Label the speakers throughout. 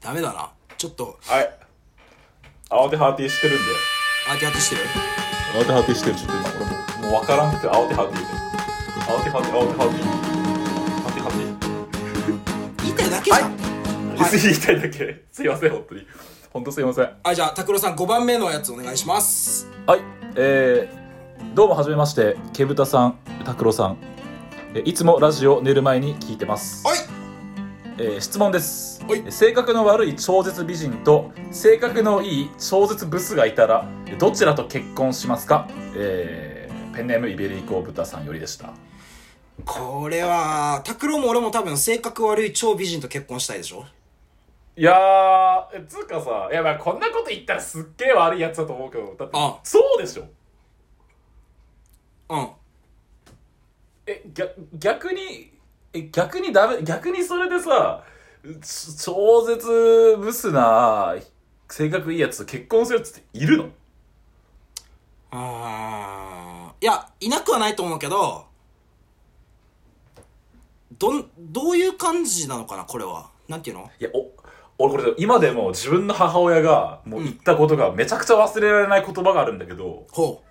Speaker 1: ダメだなちょっと
Speaker 2: はい。慌てはてしてるんで、
Speaker 1: アーティアテしてる
Speaker 2: 慌てはてしてる、ちょっと今、俺も、もう分からなくて慌てはてる。慌てはて、慌てはて。慌てはて。
Speaker 1: 言いたいだけじゃん、はい
Speaker 2: 言いたいだけ。 すいません、本当に。本当すいません。は
Speaker 1: あじゃあ拓郎さん5番目のやつお願いします
Speaker 2: い。えー、どうもはじめまして、けぶたさん、拓郎さん。えいつもラジオ寝る前に聞いてます。
Speaker 1: はい
Speaker 2: えー質問です
Speaker 1: はい
Speaker 2: 性格の悪い超絶美人と性格のいい超絶ブスがいたらどちらと結婚しますか、えーペンネームイベリコ豚さんよりでした
Speaker 1: これは拓郎も俺も多分性格悪い超美人と結婚したいでしょ
Speaker 2: いやーつうかさいやまあこんなこと言ったらすっげえ悪いやつだと思うけどだって
Speaker 1: あ
Speaker 2: そうでしょ
Speaker 1: うん
Speaker 2: え逆逆にえ逆にダメ逆にそれでさち超絶ブスな性格いいやつと結婚するやつっているの
Speaker 1: あーいやいなくはないと思うけどどんどういう感じなのかなこれはなんていうの
Speaker 2: いや、お、俺これ今でも自分の母親がもう言ったことがめちゃくちゃ忘れられない言葉があるんだけど、
Speaker 1: ほ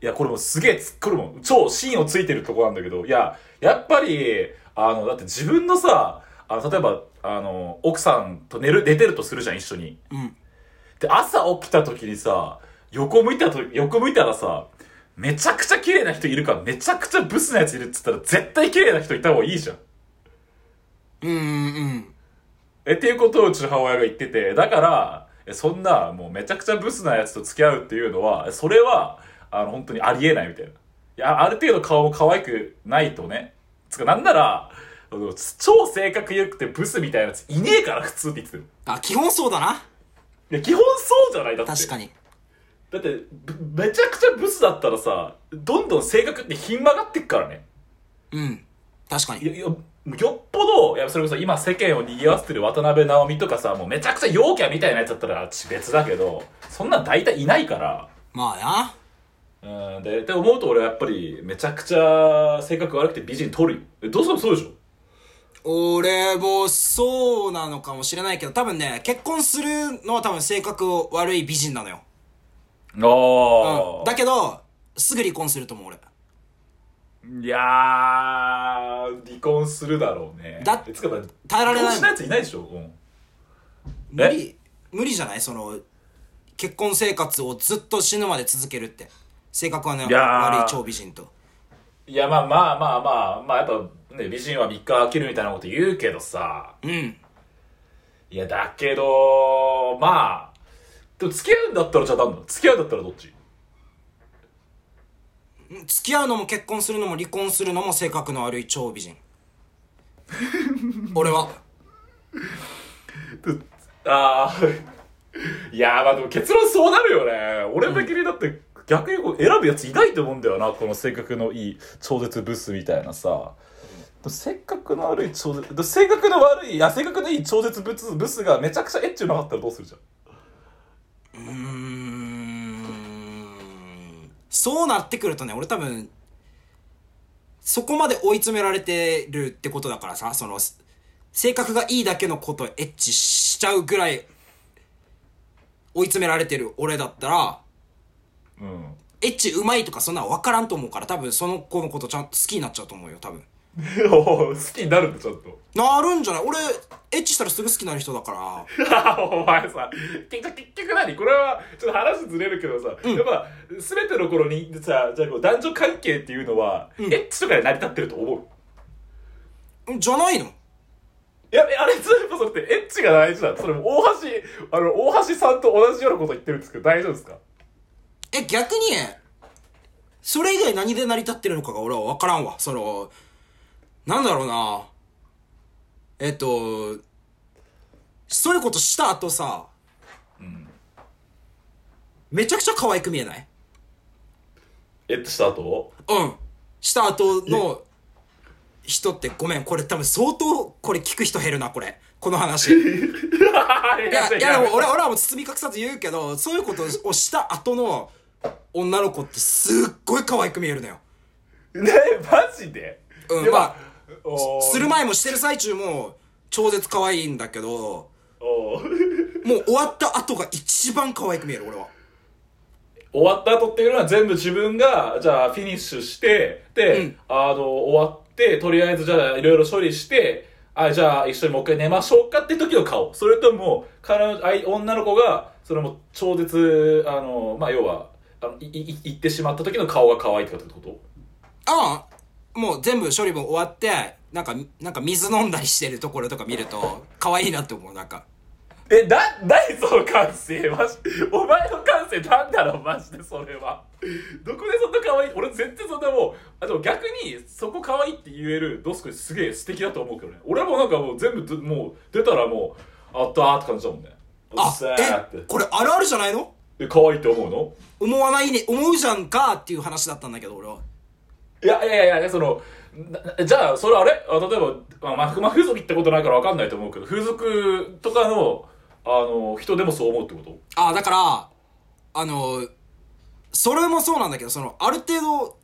Speaker 1: う
Speaker 2: いや、これもうすげえつ、これもう超芯をついてるとこなんだけど、いや、やっぱり、あの、だって自分のさ、あの、例えば、あの、奥さんと寝る、寝てるとするじゃん、一緒に。
Speaker 1: うん
Speaker 2: で、朝起きた時にさ、横向いたと、横向いたらさ、めちゃくちゃ綺麗な人いるか、めちゃくちゃブスなやついるっつったら絶対綺麗な人いた方がいいじゃん。
Speaker 1: うんうんうん
Speaker 2: え、っていうことをうちの母親が言ってて、だから、えそんな、もうめちゃくちゃブスなやつと付き合うっていうのは、それは、あの、本当にありえないみたいな。いや、ある程度顔も可愛くないとね。つか、なんなら、あの超性格良くてブスみたいなやついねえから、普通って言ってる。
Speaker 1: あ基本そうだない
Speaker 2: や、基本そうじゃないだって。
Speaker 1: 確かに
Speaker 2: だって、ぶめちゃくちゃブスだったらさ、どんどん性格ってひん曲がってっからね。
Speaker 1: うん確かに
Speaker 2: よよよっぽどいやそれこそ今世間を賑わせてる渡辺直美とかさもうめちゃくちゃ陽キャみたいなやつだったらち別だけどそんなん大体いないから
Speaker 1: まあな
Speaker 2: うんでって思うと俺はやっぱりめちゃくちゃ性格悪くて美人取るよえどうしてもそうでしょ
Speaker 1: 俺もそうなのかもしれないけど多分ね結婚するのは多分性格悪い美人なのよ、
Speaker 2: あ
Speaker 1: うん、だけどすぐ離婚すると思う俺
Speaker 2: いやー離婚するだろうね
Speaker 1: だって
Speaker 2: つかまあ
Speaker 1: 耐えられない
Speaker 2: 離婚し
Speaker 1: も
Speaker 2: ない
Speaker 1: ん
Speaker 2: やついないでしょ、うん、
Speaker 1: 無理無理じゃないその結婚生活をずっと死ぬまで続けるって性格はね
Speaker 2: いやー
Speaker 1: 悪い超美人と
Speaker 2: いやまあまあまあまあまあやっぱね美人は3日飽きるみたいなこと言うけどさ
Speaker 1: うん
Speaker 2: いや、だけど、まあ、でも付き合うんだったらじゃあ何だ付き合うんだったらどっち
Speaker 1: 付き合うのも結婚するのも離婚するのも性格の悪い超美人俺は
Speaker 2: ああ、 いや、まあでも結論そうなるよね。俺だけにだって、逆にこう選ぶやついないと思うんだよな、この性格のいい超絶ブスみたいなさ。でも性格の悪い超絶、で性格の悪い、いや、性格のいい超絶ブスブスがめちゃくちゃエッチうまかったらどうするじゃん。
Speaker 1: うーんそうなってくるとね俺多分そこまで追い詰められてるってことだからさそのす性格がいいだけのことをエッチしちゃうぐらい追い詰められてる俺だったら
Speaker 2: うん。
Speaker 1: エッチうまいとかそんなの分からんと思うから多分その子のことちゃん好きになっちゃうと思うよ多分
Speaker 2: おー好きになるんだ、ちょっと。
Speaker 1: なるんじゃない俺エッチしたらすぐ好きになる人だから
Speaker 2: お前さ、結局結局何これは、ちょっと話ずれるけどさ、やっぱ、すべての頃にさ、じゃあこう男女関係っていうのは、エッチとかで成り立ってると思う。
Speaker 1: んじゃないの
Speaker 2: いや、えあれ、ずっとそれって、エッチが大事だ。それも、大橋、あの、大橋さんと同じようなこと言ってるんですけど、大丈夫ですか
Speaker 1: え逆にそれ以外何で成り立ってるのかが俺は分からんわそのなんだろうなえっとそういうことした後さ、めちゃくちゃ可愛く見えない
Speaker 2: エッチした後
Speaker 1: うんした後の人ってごめんこれ多分相当これ聞く人減るなこれこの話い
Speaker 2: い
Speaker 1: やいやでも
Speaker 2: 俺、
Speaker 1: 俺俺はもう包み隠さず言うけどそういうことをした後の女の子ってすっごい可愛く見えるのよ
Speaker 2: ね、マジで
Speaker 1: うん
Speaker 2: でも
Speaker 1: まあ
Speaker 2: おー
Speaker 1: する前もしてる最中も超絶可愛いんだけど
Speaker 2: おー
Speaker 1: もう終わった後が一番可愛く見える、俺は。
Speaker 2: 終わった後っていうのは全部自分が、じゃあフィニッシュして、で、
Speaker 1: うん
Speaker 2: あの、終わって、とりあえずじゃあいろいろ処理して、あ、じゃあ一緒にもう一回寝ましょうかって時の顔。それとも、彼女、あい女の子が、それも超絶、あの、まあ、要は、あの、い、い、い行ってしまった時の顔が可愛いってこと
Speaker 1: ああ、もう全部処理も終わって、なんか、なんか水飲んだりしてるところとか見ると、可愛いなって思う、なんか。
Speaker 2: え、な、何その感性マジ、お前の感性なんだろうマジでそれは。どこでそんな可愛い俺全然そんなもう、あ、でも逆に、そこ可愛いって言えるドスコイすげえ素敵だと思うけどね。俺もなんかもう全部ず、もう出たらもう、あったーって感じだもんね。うっ
Speaker 1: あ
Speaker 2: せーっ
Speaker 1: え
Speaker 2: て。
Speaker 1: これあるあるじゃないの
Speaker 2: え、可愛いって思うの
Speaker 1: 思わないね思うじゃんかっていう話だったんだけど俺はい
Speaker 2: やいやいやいや、その、なじゃあ、それあれあ例えば、まあ、まあ、風俗行ったことないからわかんないと思うけど、風俗とかの、あの、人でもそう思うってこと
Speaker 1: あだからあのそれもそうなんだけどそのある程度好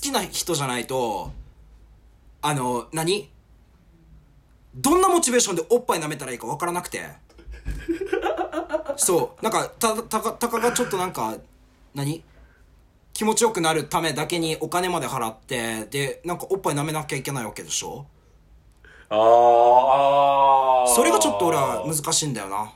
Speaker 1: きな人じゃないとあの何どんなモチベーションでおっぱい舐めたらいいかわからなくてそうなんかたたかたかがちょっとなんか何気持ちよくなるためだけにお金まで払ってでなんかおっぱい舐めなきゃいけないわけでしょ
Speaker 2: ああ。
Speaker 1: それがちょっと俺は
Speaker 2: あ
Speaker 1: 難しいんだよな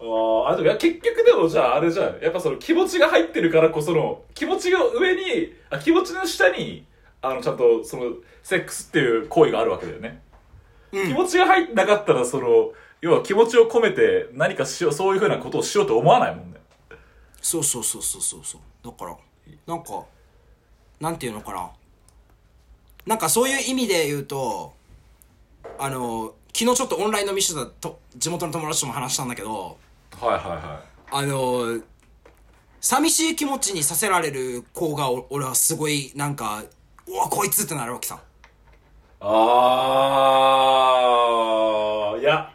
Speaker 2: ーあ、でもいや結局でもじゃああれじゃん。やっぱその気持ちが入ってるからこその、気持ちが上に、あ気持ちの下に、あの、ちゃんとその、セックスっていう行為があるわけだよね。気持ちが入ってなかったら、その、要は気持ちを込めて何かしよう、そういうふうなことをしようと思わないもんね。
Speaker 1: そうそうそうそうそうそうだからなんかなんていうのかななんかそういう意味で言うとあの昨日ちょっとオンライン飲みしてたと地元の友達とも話したんだけど
Speaker 2: はいはいは
Speaker 1: あの寂しい気持ちにさせられる子がお俺はすごいなんかうわこいつってなるわけさ
Speaker 2: い。ああ、いや、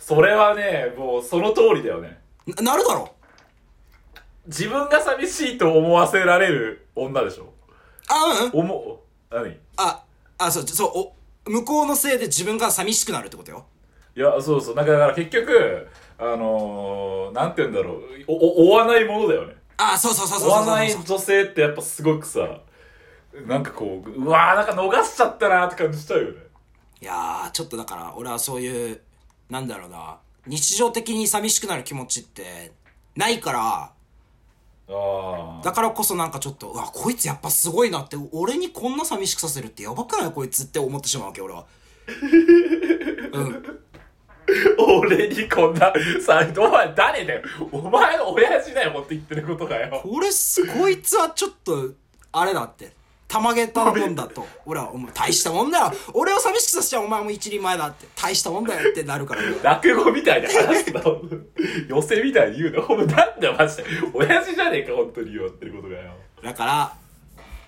Speaker 2: それはね、もうその通りだよね。
Speaker 1: ななるだろ
Speaker 2: 自分が寂しいと思わせられる女でしょ
Speaker 1: あうん
Speaker 2: 思う、何い
Speaker 1: ああそうそうお向こうのせいで自分が寂しくなるってことよ
Speaker 2: や、そうそう。なんかだから結局、あのー、なんて言うんだろう。お、お追わないものだよね。
Speaker 1: あそうそうそうそ
Speaker 2: 追
Speaker 1: うそう
Speaker 2: わ
Speaker 1: そう
Speaker 2: ない女性ってやっぱすごくさ、なんかこう、うわーなんか逃しちゃったなーって感じしちゃうよね。
Speaker 1: いやー、ちょっとだから、俺はそういう、なんだろうな、日常的に寂しくなる気持ちって、ないから、
Speaker 2: あ
Speaker 1: だからこそなんかちょっと、うわ、こいつやっぱすごいなって、俺にこんな寂しくさせるってやばくないこいつって思ってしまうわけ、俺は。
Speaker 2: あ。 俺にこんな、さ、お前誰だよ。お前の親父だよ、ほんと言ってることがよ。
Speaker 1: 俺す、こいつはちょっと、あれだって、たまげたもんだと。俺は、お前大したもんだよ。俺を寂しくさせちゃお前も一人前だって、大したもんだよってなるから。
Speaker 2: 落語みたいな話すな。寄せみたいに言うな。ほんとなんだよ、マジで。親父じゃねえか、本当に言ってることがよ。
Speaker 1: だから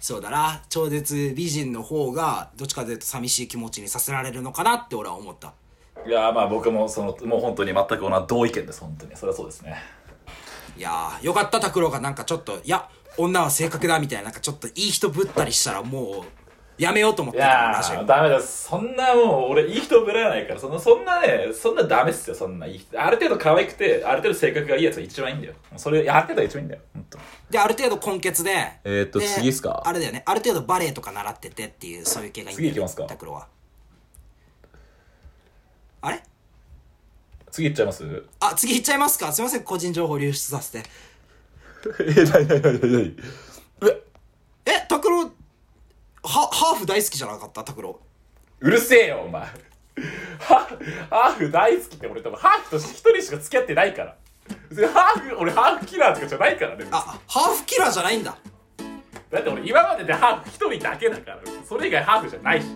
Speaker 1: そうだな超絶美人の方がどっちかというと寂しい気持ちにさせられるのかなって俺は思った
Speaker 2: いやーまあ僕もそのもう本当に全く同じ同意見です本当にそれはそうですね
Speaker 1: いやーよかった拓郎がなんかちょっといや女は性格だみたいななんかちょっといい人ぶったりしたらもうやめようと思っ
Speaker 2: い
Speaker 1: てた
Speaker 2: や
Speaker 1: ラジ
Speaker 2: ー
Speaker 1: オ
Speaker 2: ダメですそんなもう俺いい人ぶらないからそんなそんなねそんなダメっすよそんないい人ある程度可愛くてある程度性格がいいやつが一番いいんだよそれある程度が一番いいんだよ本当
Speaker 1: である程度根血で
Speaker 2: えーっと
Speaker 1: で
Speaker 2: 次っすか
Speaker 1: あれだよねある程度バレエとか習っててっていうそういう系がいいんだよ
Speaker 2: 次行きますか
Speaker 1: 拓郎はあれ
Speaker 2: 次いっちゃいますえ
Speaker 1: あ次行っちゃいますかすいません個人情報流出させて
Speaker 2: ないないないない
Speaker 1: え拓郎ハハーフ大好きじゃなかった拓郎
Speaker 2: うるせえよお前 ハーフハーフ大好きって俺多分ハーフとして一人しか付き合ってないから別にハーフ俺ハーフキラーとかじゃないからね
Speaker 1: あ、ハーフキラーじゃないんだ。
Speaker 2: だって俺今まででハーフ一人だけだからそれ以外ハーフじゃないし